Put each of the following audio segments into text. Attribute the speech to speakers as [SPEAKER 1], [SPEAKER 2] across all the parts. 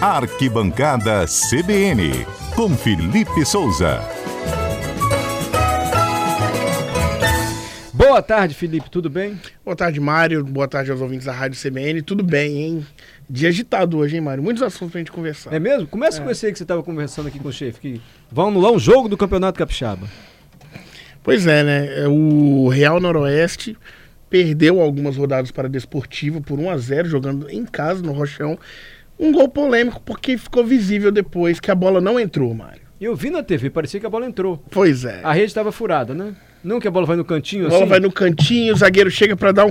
[SPEAKER 1] Arquibancada CBN, com Felipe Souza.
[SPEAKER 2] Boa tarde, Felipe, tudo bem?
[SPEAKER 3] Boa tarde, Mário. Boa tarde aos ouvintes da Rádio CBN. Tudo bem, hein? Dia agitado hoje, hein, Mário? Muitos assuntos pra gente conversar.
[SPEAKER 2] É mesmo? Começa com esse aí que você estava conversando aqui com o chefe, que vão anular um jogo do Campeonato Capixaba.
[SPEAKER 3] Pois é, né? O Real Noroeste perdeu algumas rodadas para a Desportiva por 1 a 0 jogando em casa no Rochão. Um gol polêmico porque ficou visível depois que a bola não entrou, Mário.
[SPEAKER 2] Eu vi na TV, parecia que a bola entrou.
[SPEAKER 3] Pois é.
[SPEAKER 2] A rede estava furada, né? Não que a bola vai no cantinho
[SPEAKER 3] A bola
[SPEAKER 2] assim.
[SPEAKER 3] vai no cantinho, o zagueiro chega pra dar um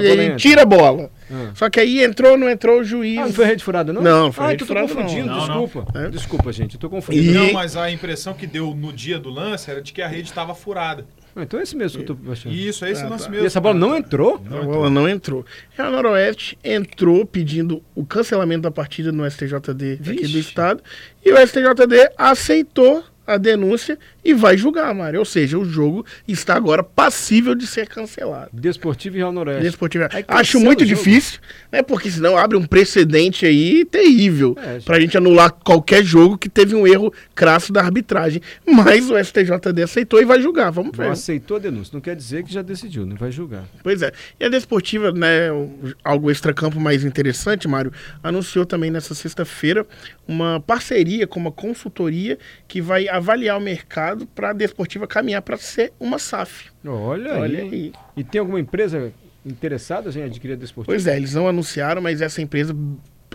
[SPEAKER 2] E a
[SPEAKER 3] e
[SPEAKER 2] bola
[SPEAKER 3] ele
[SPEAKER 2] entra.
[SPEAKER 3] tira a bola.
[SPEAKER 2] Ah.
[SPEAKER 3] Só que aí entrou, não entrou o juiz.
[SPEAKER 2] Ah, não foi rede furada, não?
[SPEAKER 3] Não, foi
[SPEAKER 2] ah,
[SPEAKER 3] rede
[SPEAKER 2] então eu tô
[SPEAKER 3] furada, não.
[SPEAKER 2] confundindo,
[SPEAKER 4] Não, não.
[SPEAKER 2] desculpa.
[SPEAKER 3] É.
[SPEAKER 2] Desculpa, gente, eu tô
[SPEAKER 3] E-
[SPEAKER 2] confundindo.
[SPEAKER 4] Não, mas a impressão que deu no dia do lance era de que a rede estava furada.
[SPEAKER 2] Ah, então é esse mesmo que eu tô achando. E,
[SPEAKER 4] E isso é esse
[SPEAKER 3] Ah,
[SPEAKER 4] lance
[SPEAKER 3] tá.
[SPEAKER 4] mesmo.
[SPEAKER 2] essa bola não entrou?
[SPEAKER 3] a bola não entrou. Real Noroeste entrou pedindo o cancelamento da partida no STJD aqui do
[SPEAKER 2] Vixe.
[SPEAKER 3] estado. E o STJD aceitou a denúncia e vai julgar, Mário. Ou seja, o jogo está agora passível de ser cancelado.
[SPEAKER 2] Desportivo e Real Noroeste.
[SPEAKER 3] Desportivo.
[SPEAKER 2] É. Aí cancela
[SPEAKER 3] Acho muito
[SPEAKER 2] o jogo.
[SPEAKER 3] difícil, né? Porque senão abre um precedente aí terrível
[SPEAKER 2] É, gente.
[SPEAKER 3] pra gente anular qualquer jogo que teve um erro crasso da arbitragem. Mas o STJD aceitou e vai julgar. Vamos ver.
[SPEAKER 2] Não aceitou a denúncia, não quer dizer que já decidiu, não vai julgar.
[SPEAKER 3] Pois é. E a Desportiva, né, o- algo extracampo mais interessante, Mário, anunciou também nessa sexta-feira uma parceria com uma consultoria que vai avaliar o mercado para a Desportiva caminhar para ser uma SAF.
[SPEAKER 2] Olha,
[SPEAKER 3] Olha
[SPEAKER 2] aí.
[SPEAKER 3] aí.
[SPEAKER 2] E tem alguma empresa interessada em adquirir a Desportivo?
[SPEAKER 3] Pois é, eles não anunciaram, mas essa empresa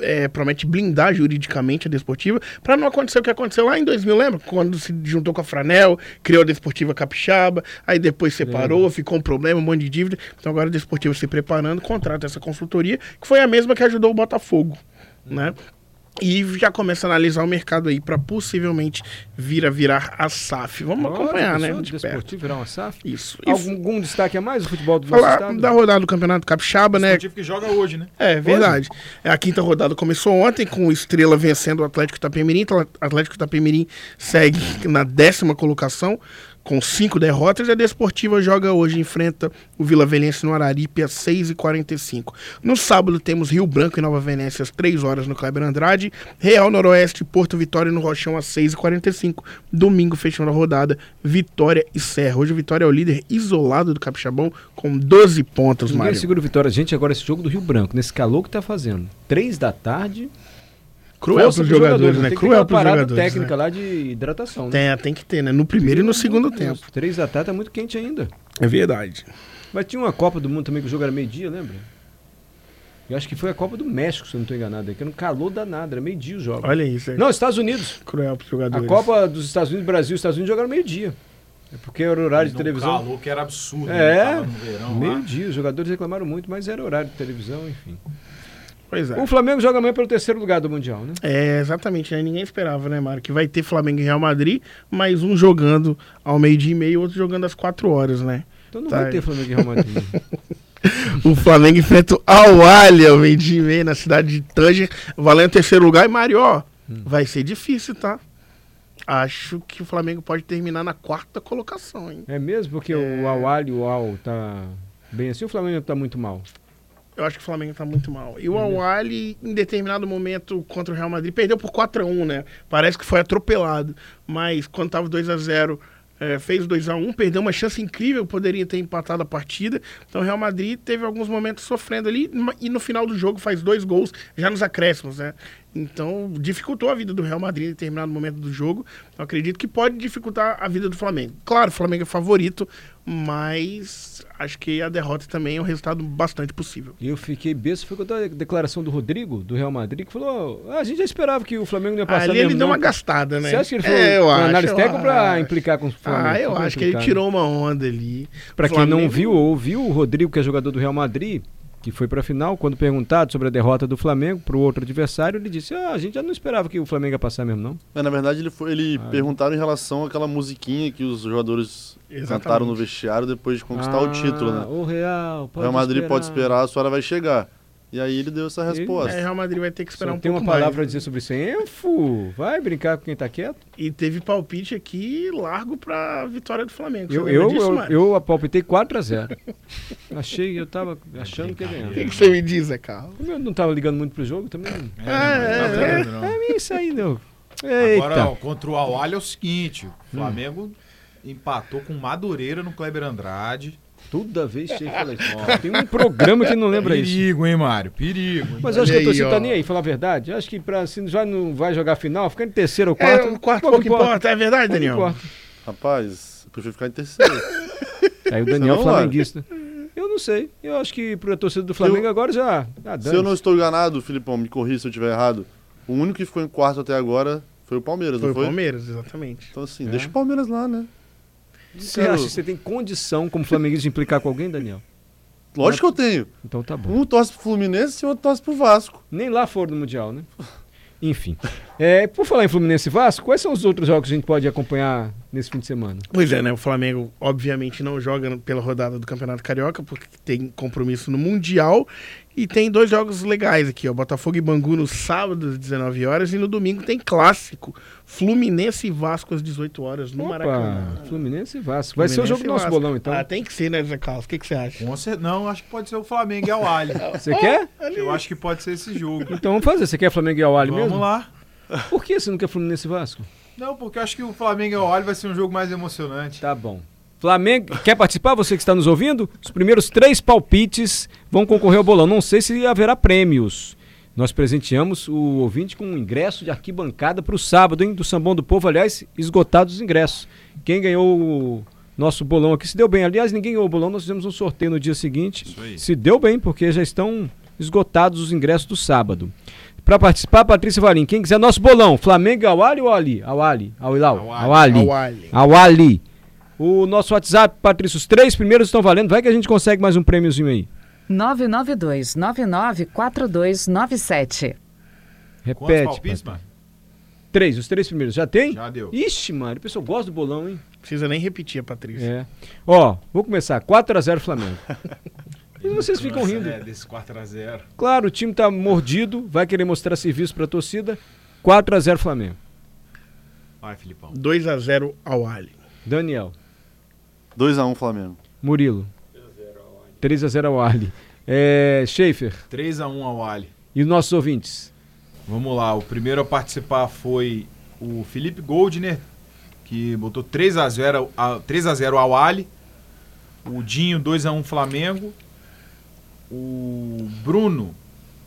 [SPEAKER 3] é, promete blindar juridicamente a Desportiva para não acontecer o que aconteceu lá em 2000, lembra? Quando se juntou com a Franel, criou a Desportiva Capixaba, aí depois separou, ficou um problema, um monte de dívida. Então agora a Desportiva se preparando, contrata essa consultoria, que foi a mesma que ajudou o Botafogo, né? E já começa a analisar o mercado aí para possivelmente vir a virar a SAF. Vamos acompanhar, né? De perto.
[SPEAKER 2] Desportivo virar uma SAF?
[SPEAKER 3] Isso. isso.
[SPEAKER 2] Algum, algum destaque a mais do futebol do nosso
[SPEAKER 3] Falar
[SPEAKER 2] estado?
[SPEAKER 3] da rodada do Campeonato Capixaba, né?
[SPEAKER 4] Desportivo que joga hoje, né?
[SPEAKER 3] É, verdade. É, A quinta rodada começou ontem com o Estrela vencendo o Atlético Itapemirim. Então, O Atlético Itapemirim segue na décima colocação com cinco derrotas. E a Desportiva joga hoje, enfrenta o Vila Velhense no Araripe às 6h45. No sábado temos Rio Branco e Nova Venécia às 3 horas no Kleber Andrade. Real Noroeste, e Porto Vitória no Rochão às 6h45. Domingo fechando a rodada, Vitória e Serra. Hoje o Vitória é o líder isolado do Capixabão com 12 pontos,
[SPEAKER 2] Ninguém
[SPEAKER 3] Mário.
[SPEAKER 2] segura o Vitória. Gente, agora esse jogo do Rio Branco, nesse calor que tá fazendo. Três da tarde.
[SPEAKER 3] Cruel
[SPEAKER 2] força
[SPEAKER 3] pros jogadores,
[SPEAKER 2] Tem
[SPEAKER 3] né?
[SPEAKER 2] que ter
[SPEAKER 3] Cruel
[SPEAKER 2] aquela
[SPEAKER 3] pros
[SPEAKER 2] parada
[SPEAKER 3] jogadores.
[SPEAKER 2] técnica
[SPEAKER 3] né?
[SPEAKER 2] lá de hidratação, né?
[SPEAKER 3] Tem, tem que ter, né? No primeiro e no segundo
[SPEAKER 2] Meu Deus,
[SPEAKER 3] tempo.
[SPEAKER 2] Três da tarde tá muito quente ainda.
[SPEAKER 3] É verdade.
[SPEAKER 2] Mas tinha uma Copa do Mundo também que o jogo era meio-dia, lembra? Eu acho que foi a Copa do México, se eu não tô enganado. é Que era um calor danado, era meio-dia o jogo.
[SPEAKER 3] Olha isso, é
[SPEAKER 2] Não, Estados Unidos.
[SPEAKER 3] cruel pros
[SPEAKER 2] A
[SPEAKER 3] jogadores.
[SPEAKER 2] Copa dos Estados Unidos e Brasil, os Estados Unidos jogaram meio-dia. É porque era horário de
[SPEAKER 3] um
[SPEAKER 4] Num
[SPEAKER 2] televisão.
[SPEAKER 4] calor que era absurdo. né?
[SPEAKER 2] É,
[SPEAKER 4] Tava no verão lá.
[SPEAKER 2] meio-dia. Os jogadores reclamaram muito, mas era horário de televisão, enfim.
[SPEAKER 3] Pois é.
[SPEAKER 2] O Flamengo joga amanhã pelo terceiro lugar do Mundial, né?
[SPEAKER 3] É, exatamente, né? Ninguém esperava, né, Mário? Que vai ter Flamengo e Real Madrid, mas um jogando ao meio-dia e meio, outro jogando às quatro horas, né?
[SPEAKER 2] Então não
[SPEAKER 3] Tá
[SPEAKER 2] vai
[SPEAKER 3] aí.
[SPEAKER 2] ter Flamengo e Real Madrid.
[SPEAKER 3] O Flamengo enfrenta o Awalha ao meio-dia e meio na cidade de Tanger, valendo terceiro lugar. E, Mário, ó,
[SPEAKER 2] Hum.
[SPEAKER 3] vai ser difícil, tá? Acho que o Flamengo pode terminar na quarta colocação, hein?
[SPEAKER 2] é mesmo porque
[SPEAKER 3] É.
[SPEAKER 2] o Awali, o Al, tá bem assim. O Flamengo tá muito mal.
[SPEAKER 3] Eu acho que o Flamengo tá muito mal. E o Awali, em determinado momento, contra o Real Madrid, perdeu por 4x1, né? Parece que foi atropelado. Mas quando tava 2x0, é, fez 2x1, perdeu uma chance incrível, poderia ter empatado a partida. Então o Real Madrid teve alguns momentos sofrendo ali. ma- E no final do jogo faz dois gols, já nos acréscimos, né? Então dificultou a vida do Real Madrid em determinado momento do jogo. Eu acredito que pode dificultar a vida do Flamengo. Claro, o Flamengo é favorito, mas acho que a derrota também é um resultado bastante possível.
[SPEAKER 2] E eu fiquei besta, foi com a declaração do Rodrigo, do Real Madrid, que falou: "Ah, a gente já esperava que o Flamengo não ia passar
[SPEAKER 3] Ali ele
[SPEAKER 2] mesmo,
[SPEAKER 3] deu
[SPEAKER 2] não."
[SPEAKER 3] uma gastada, né?
[SPEAKER 2] Você acha que ele foi
[SPEAKER 3] É, eu
[SPEAKER 2] uma
[SPEAKER 3] acho,
[SPEAKER 2] análise
[SPEAKER 3] eu
[SPEAKER 2] técnica pra
[SPEAKER 3] acho.
[SPEAKER 2] implicar com o Flamengo?
[SPEAKER 3] Ah, eu
[SPEAKER 2] Foi pra
[SPEAKER 3] acho que ele
[SPEAKER 2] implicar, né?
[SPEAKER 3] tirou uma onda ali.
[SPEAKER 2] Pra
[SPEAKER 3] O
[SPEAKER 2] quem não
[SPEAKER 3] Flamengo-
[SPEAKER 2] viu ou ouviu, o Rodrigo, que é jogador do Real Madrid, que foi pra final, quando perguntado sobre a derrota do Flamengo pro outro adversário, ele disse: "Ah, a gente já não esperava que o Flamengo ia passar mesmo, não".
[SPEAKER 5] Mas, na verdade, ele, foi, ele perguntaram em relação àquela musiquinha que os jogadores
[SPEAKER 3] Exatamente.
[SPEAKER 5] cantaram
[SPEAKER 2] Ah,
[SPEAKER 3] Ah,
[SPEAKER 5] no vestiário depois de conquistar o título, né?
[SPEAKER 2] O Real,
[SPEAKER 5] O Real Madrid pode esperar, a sua hora vai chegar. E aí ele deu essa resposta.
[SPEAKER 3] É, Real Madrid vai ter que esperar
[SPEAKER 2] Só
[SPEAKER 3] um
[SPEAKER 2] tem
[SPEAKER 3] pouco
[SPEAKER 2] uma palavra a
[SPEAKER 3] mais.
[SPEAKER 2] dizer sobre isso aí. Enfo, vai brincar com quem tá quieto.
[SPEAKER 3] E teve palpite aqui largo pra vitória do Flamengo. Você
[SPEAKER 2] Eu,
[SPEAKER 3] lembra
[SPEAKER 2] eu,
[SPEAKER 3] disso,
[SPEAKER 2] eu,
[SPEAKER 3] Mário?
[SPEAKER 2] eu a palpitei 4x0. Achei, eu tava achando que ia
[SPEAKER 3] O que,
[SPEAKER 2] ganhar.
[SPEAKER 3] que você me diz, Zé Carlos?
[SPEAKER 2] Como eu não tava ligando muito pro jogo, também.
[SPEAKER 6] É,
[SPEAKER 3] É,
[SPEAKER 6] não tá
[SPEAKER 3] é,
[SPEAKER 6] vendo, não.
[SPEAKER 2] É isso aí, não. Eita. Hum.
[SPEAKER 6] Agora, ó, contra o Awali é o seguinte: o Flamengo empatou com o Madureira no Kleber Andrade.
[SPEAKER 2] Toda vez chega e fala isso. Ó, Tem um programa que não lembra isso.
[SPEAKER 6] perigo, hein, Mário? Perigo. hein?
[SPEAKER 2] Mas eu acho que a
[SPEAKER 3] Olha aí,
[SPEAKER 2] torcida
[SPEAKER 3] ó.
[SPEAKER 2] tá nem aí, falar a verdade. Eu acho que pra, se já não vai jogar final, ficar em terceiro ou
[SPEAKER 3] É,
[SPEAKER 2] quarto.
[SPEAKER 3] o quarto
[SPEAKER 2] pouco
[SPEAKER 3] pouco importa, é verdade,
[SPEAKER 2] Pouco
[SPEAKER 3] Daniel?
[SPEAKER 2] importa.
[SPEAKER 5] Rapaz, eu prefiro ficar em terceiro.
[SPEAKER 2] Aí o Daniel
[SPEAKER 5] não,
[SPEAKER 2] flamenguista. Eu não sei. Eu acho que pra torcida do Flamengo agora já. Ah,
[SPEAKER 5] se eu
[SPEAKER 2] dane-se.
[SPEAKER 5] não estou enganado, Filipão, me corri se eu estiver errado. O único que ficou em quarto até agora foi o Palmeiras,
[SPEAKER 3] Foi
[SPEAKER 5] não
[SPEAKER 3] o
[SPEAKER 5] foi?
[SPEAKER 3] Palmeiras, exatamente.
[SPEAKER 5] Então assim, deixa o Palmeiras lá, né?
[SPEAKER 2] Você
[SPEAKER 5] quero-
[SPEAKER 2] acha que você tem condição como flamenguista de implicar com alguém, Daniel?
[SPEAKER 5] Lógico que eu tenho.
[SPEAKER 2] Então tá bom.
[SPEAKER 5] Um torce pro Fluminense e outro torce pro Vasco.
[SPEAKER 2] Nem lá foram no Mundial, né? Enfim. É, por falar em Fluminense e Vasco, quais são os outros jogos que a gente pode acompanhar nesse fim de semana?
[SPEAKER 3] Pois é, né? O Flamengo, obviamente, não joga pela rodada do Campeonato Carioca, porque tem compromisso no Mundial. E tem dois jogos legais aqui, ó. Botafogo e Bangu no sábado às 19 horas e no domingo tem clássico. Fluminense e Vasco às 18 horas no Maracanã.
[SPEAKER 2] Opa, Fluminense e Vasco. Vai ser o jogo
[SPEAKER 3] Fluminense e
[SPEAKER 2] do nosso
[SPEAKER 3] Vasco.
[SPEAKER 2] bolão, então.
[SPEAKER 3] Ah, tem que ser, né, Zé Carlos? O que, que você acha?
[SPEAKER 6] Com cer- Não, acho que pode ser o Flamengo e o Awali.
[SPEAKER 2] Você quer?
[SPEAKER 6] Eu acho que pode ser esse jogo.
[SPEAKER 2] Então vamos fazer. Você quer Flamengo e Awali
[SPEAKER 6] Vamos
[SPEAKER 2] mesmo?
[SPEAKER 6] lá.
[SPEAKER 2] Por que você não quer Fluminense e Vasco?
[SPEAKER 6] Não, porque eu acho que o Flamengo e o Awali vai ser um jogo mais emocionante.
[SPEAKER 2] Tá bom. Flamengo, quer participar? Você que está nos ouvindo? Os primeiros três palpites vão concorrer ao bolão. Não sei se haverá prêmios. Nós presenteamos o ouvinte com um ingresso de arquibancada para o sábado, hein? Do Sambão do Povo, aliás, esgotados os ingressos. Quem ganhou o nosso bolão aqui se deu bem. Aliás, ninguém ganhou o bolão, nós fizemos um sorteio no dia seguinte.
[SPEAKER 6] Isso aí.
[SPEAKER 2] Se deu bem, porque já estão esgotados os ingressos do sábado. Para participar, Patrícia Valim, quem quiser nosso bolão, Flamengo ao Ali ou Ali? Ao Ali, ao Ilau,
[SPEAKER 6] Awali.
[SPEAKER 2] ao Ali.
[SPEAKER 3] Ao Ali.
[SPEAKER 2] Ao Ali. O nosso WhatsApp, Patrício, os três primeiros estão valendo. Vai que a gente consegue mais um prêmiozinho aí.
[SPEAKER 7] 992 994297.
[SPEAKER 6] Quantos
[SPEAKER 2] Repete.
[SPEAKER 6] palpites,
[SPEAKER 2] Patrícia.
[SPEAKER 6] mano?
[SPEAKER 2] Três, os três primeiros. Já tem?
[SPEAKER 6] Já deu.
[SPEAKER 2] Ixi, mano, o pessoal gosta do bolão, hein?
[SPEAKER 3] Precisa nem repetir a Patrícia.
[SPEAKER 2] É. Ó, vou começar. 4x0 Flamengo. E vocês ficam
[SPEAKER 4] Nossa,
[SPEAKER 2] rindo.
[SPEAKER 4] É, desse 4x0.
[SPEAKER 2] Claro, o time tá mordido, vai querer mostrar serviço pra torcida. 4x0 Flamengo.
[SPEAKER 6] Vai, Filipão.
[SPEAKER 3] 2 a 0 ao Ali.
[SPEAKER 2] Daniel,
[SPEAKER 5] 2x1 Flamengo.
[SPEAKER 2] Murilo. 3x0 ao Ali. É, Schaefer
[SPEAKER 6] 3x1 ao Ali.
[SPEAKER 2] e os nossos ouvintes.
[SPEAKER 6] Vamos lá, o primeiro a participar foi o Felipe Goldner, que botou 3x0 a- 3x0 ao Ali. O Dinho, 2x1 Flamengo. O Bruno,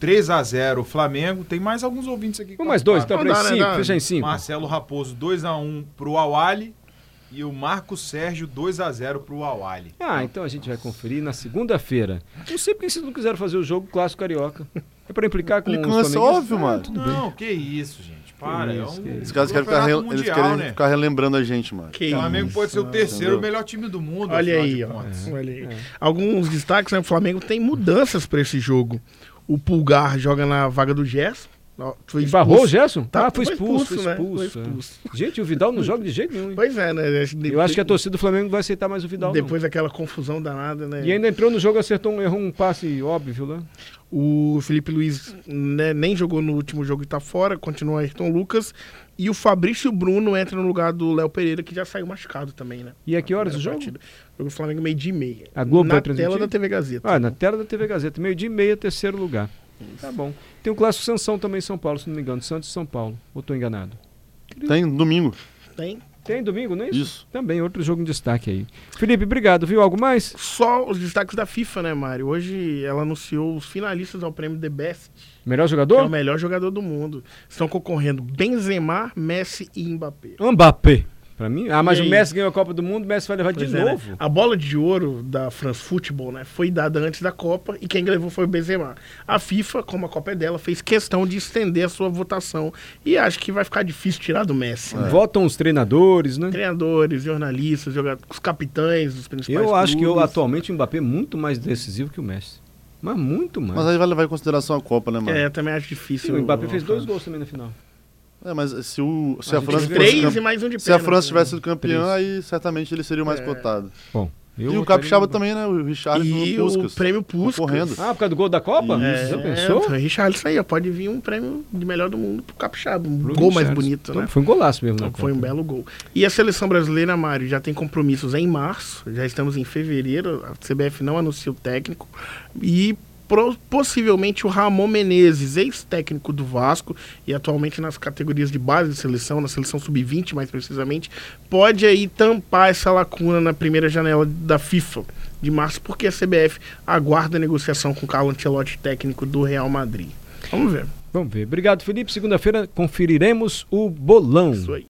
[SPEAKER 6] 3x0 Flamengo. Tem mais alguns ouvintes aqui. que
[SPEAKER 2] Vamos mais dois, então,
[SPEAKER 6] participaram.
[SPEAKER 2] pra
[SPEAKER 3] Não dá,
[SPEAKER 2] em 5,
[SPEAKER 3] né, dá.
[SPEAKER 2] fechar em 5.
[SPEAKER 6] Marcelo Raposo, 2x1 pro Awali. E o Marco Sérgio, 2x0 pro Awali.
[SPEAKER 2] Ah, então a gente vai conferir na segunda-feira. Não sei porque vocês não quiseram fazer o jogo clássico carioca. É pra implicar com os
[SPEAKER 5] Implicando, é
[SPEAKER 2] flamenguistas?
[SPEAKER 5] óbvio,
[SPEAKER 2] Ah,
[SPEAKER 5] mano.
[SPEAKER 2] tudo bem.
[SPEAKER 6] Não, que isso, gente. Para.
[SPEAKER 2] isso,
[SPEAKER 6] é
[SPEAKER 2] que
[SPEAKER 6] um,
[SPEAKER 2] isso.
[SPEAKER 5] Os caras querem, ficar,
[SPEAKER 6] campeonato
[SPEAKER 5] rele- eles
[SPEAKER 6] mundial,
[SPEAKER 5] querem
[SPEAKER 6] né? É
[SPEAKER 5] ficar relembrando a gente, mano.
[SPEAKER 3] Que
[SPEAKER 6] O Flamengo
[SPEAKER 3] isso,
[SPEAKER 6] pode ser o
[SPEAKER 3] não.
[SPEAKER 6] terceiro
[SPEAKER 5] entendeu?
[SPEAKER 6] melhor time do mundo.
[SPEAKER 3] Olha
[SPEAKER 6] afinal
[SPEAKER 3] aí,
[SPEAKER 6] de
[SPEAKER 3] ó.
[SPEAKER 6] contas.
[SPEAKER 3] Olha aí. Alguns destaques, né? O Flamengo tem mudanças pra esse jogo. O Pulgar joga na vaga do Gerson. Ó, Foi
[SPEAKER 2] E barrou o
[SPEAKER 3] expulso.
[SPEAKER 2] Gerson?
[SPEAKER 3] Tá,
[SPEAKER 2] ah, foi
[SPEAKER 3] foi
[SPEAKER 2] expulso, foi
[SPEAKER 3] expulso, né?
[SPEAKER 2] expulso.
[SPEAKER 3] Foi
[SPEAKER 2] é.
[SPEAKER 3] expulso.
[SPEAKER 2] Gente, o Vidal não joga de jeito nenhum. hein?
[SPEAKER 3] Pois é, né?
[SPEAKER 2] Eu acho que a torcida do Flamengo não vai aceitar mais o Vidal. não.
[SPEAKER 3] Depois daquela confusão danada, né?
[SPEAKER 2] E ainda entrou no jogo, acertou um, errou um passe óbvio lá.
[SPEAKER 3] O Felipe Luiz né, nem jogou no último jogo e tá fora, continua Ayrton Lucas. E o Fabrício Bruno entra no lugar do Léo Pereira, que já saiu machucado também, né?
[SPEAKER 2] E a que horas o
[SPEAKER 3] Primeira
[SPEAKER 2] jogo?
[SPEAKER 3] partida. Jogo do Flamengo meio dia e meia.
[SPEAKER 2] A Globo
[SPEAKER 3] Na
[SPEAKER 2] vai
[SPEAKER 3] tela
[SPEAKER 2] transmitir?
[SPEAKER 3] da TV Gazeta.
[SPEAKER 2] Ah, na tela da TV Gazeta, meio-dia e meia, terceiro lugar. Tá bom. Tem o Clássico Sansão também em São Paulo, se não me engano. Santos e São Paulo. Ou tô enganado?
[SPEAKER 5] Tem domingo.
[SPEAKER 2] Ah.
[SPEAKER 3] Tem.
[SPEAKER 2] Tem domingo, não é isso?
[SPEAKER 5] Isso.
[SPEAKER 2] Também, outro jogo em destaque aí. Felipe, obrigado, viu? Algo mais?
[SPEAKER 3] Só os destaques da FIFA, né, Mário? Hoje ela anunciou os finalistas ao prêmio The Best,
[SPEAKER 2] Melhor
[SPEAKER 3] que é o
[SPEAKER 2] jogador?
[SPEAKER 3] melhor jogador do mundo. Estão concorrendo Benzema, Messi e Mbappé.
[SPEAKER 2] Mbappé. Pra mim. Ah, mas
[SPEAKER 3] E
[SPEAKER 2] o
[SPEAKER 3] aí?
[SPEAKER 2] Messi ganhou a Copa do Mundo, o Messi vai levar
[SPEAKER 3] Pois
[SPEAKER 2] de
[SPEAKER 3] é, né?
[SPEAKER 2] novo.
[SPEAKER 3] A bola de ouro da France Football, né, foi dada antes da Copa e quem levou foi o Benzema. A FIFA, como a Copa é dela, fez questão de estender a sua votação e acho que vai ficar difícil tirar do Messi. né?
[SPEAKER 2] Votam os treinadores, né?
[SPEAKER 3] Treinadores, jornalistas, joga- os capitães dos principais
[SPEAKER 2] Eu acho que eu,
[SPEAKER 3] clubes.
[SPEAKER 2] atualmente o Mbappé é muito mais decisivo que o Messi. Mas muito mais.
[SPEAKER 5] Mas aí vai levar em consideração a Copa, né, mano?
[SPEAKER 3] É, eu também acho difícil.
[SPEAKER 2] Sim, o Mbappé fez dois gols também na final.
[SPEAKER 5] É, mas se, o, se
[SPEAKER 2] A
[SPEAKER 5] a,
[SPEAKER 2] gente tem
[SPEAKER 5] França fosse
[SPEAKER 3] Três
[SPEAKER 5] campe-
[SPEAKER 3] e mais um de
[SPEAKER 5] se a
[SPEAKER 3] pênalti,
[SPEAKER 5] França
[SPEAKER 3] né?
[SPEAKER 5] tivesse sido campeã, aí certamente ele seria o mais cotado.
[SPEAKER 2] Bom,
[SPEAKER 5] e o Capixaba também, né? O Richard
[SPEAKER 3] E o
[SPEAKER 5] no Puskas.
[SPEAKER 3] prêmio Puskas.
[SPEAKER 5] Correndo.
[SPEAKER 2] Ah, por causa do gol da Copa?
[SPEAKER 3] É,
[SPEAKER 2] Já
[SPEAKER 3] pensou?
[SPEAKER 2] pensou?
[SPEAKER 3] Foi Richarlison aí, ó. Pode vir um prêmio de melhor do mundo pro Capixaba. Um gol mais bonito, né?
[SPEAKER 2] Foi um golaço mesmo, na
[SPEAKER 3] Então, foi
[SPEAKER 2] Copa.
[SPEAKER 3] um belo gol. E a seleção brasileira, Mário, já tem compromissos em março, já estamos em fevereiro, a CBF não anuncia o técnico, e pro- possivelmente o Ramon Menezes, ex-técnico do Vasco, e atualmente nas categorias de base de seleção, na seleção sub-20 mais precisamente, pode aí tampar essa lacuna na primeira janela da FIFA de março, porque a CBF aguarda a negociação com o Carlo Ancelotti, técnico do Real Madrid. Vamos ver.
[SPEAKER 2] Hum. Vamos ver. Obrigado, Felipe. Segunda-feira conferiremos o bolão.
[SPEAKER 3] Isso aí.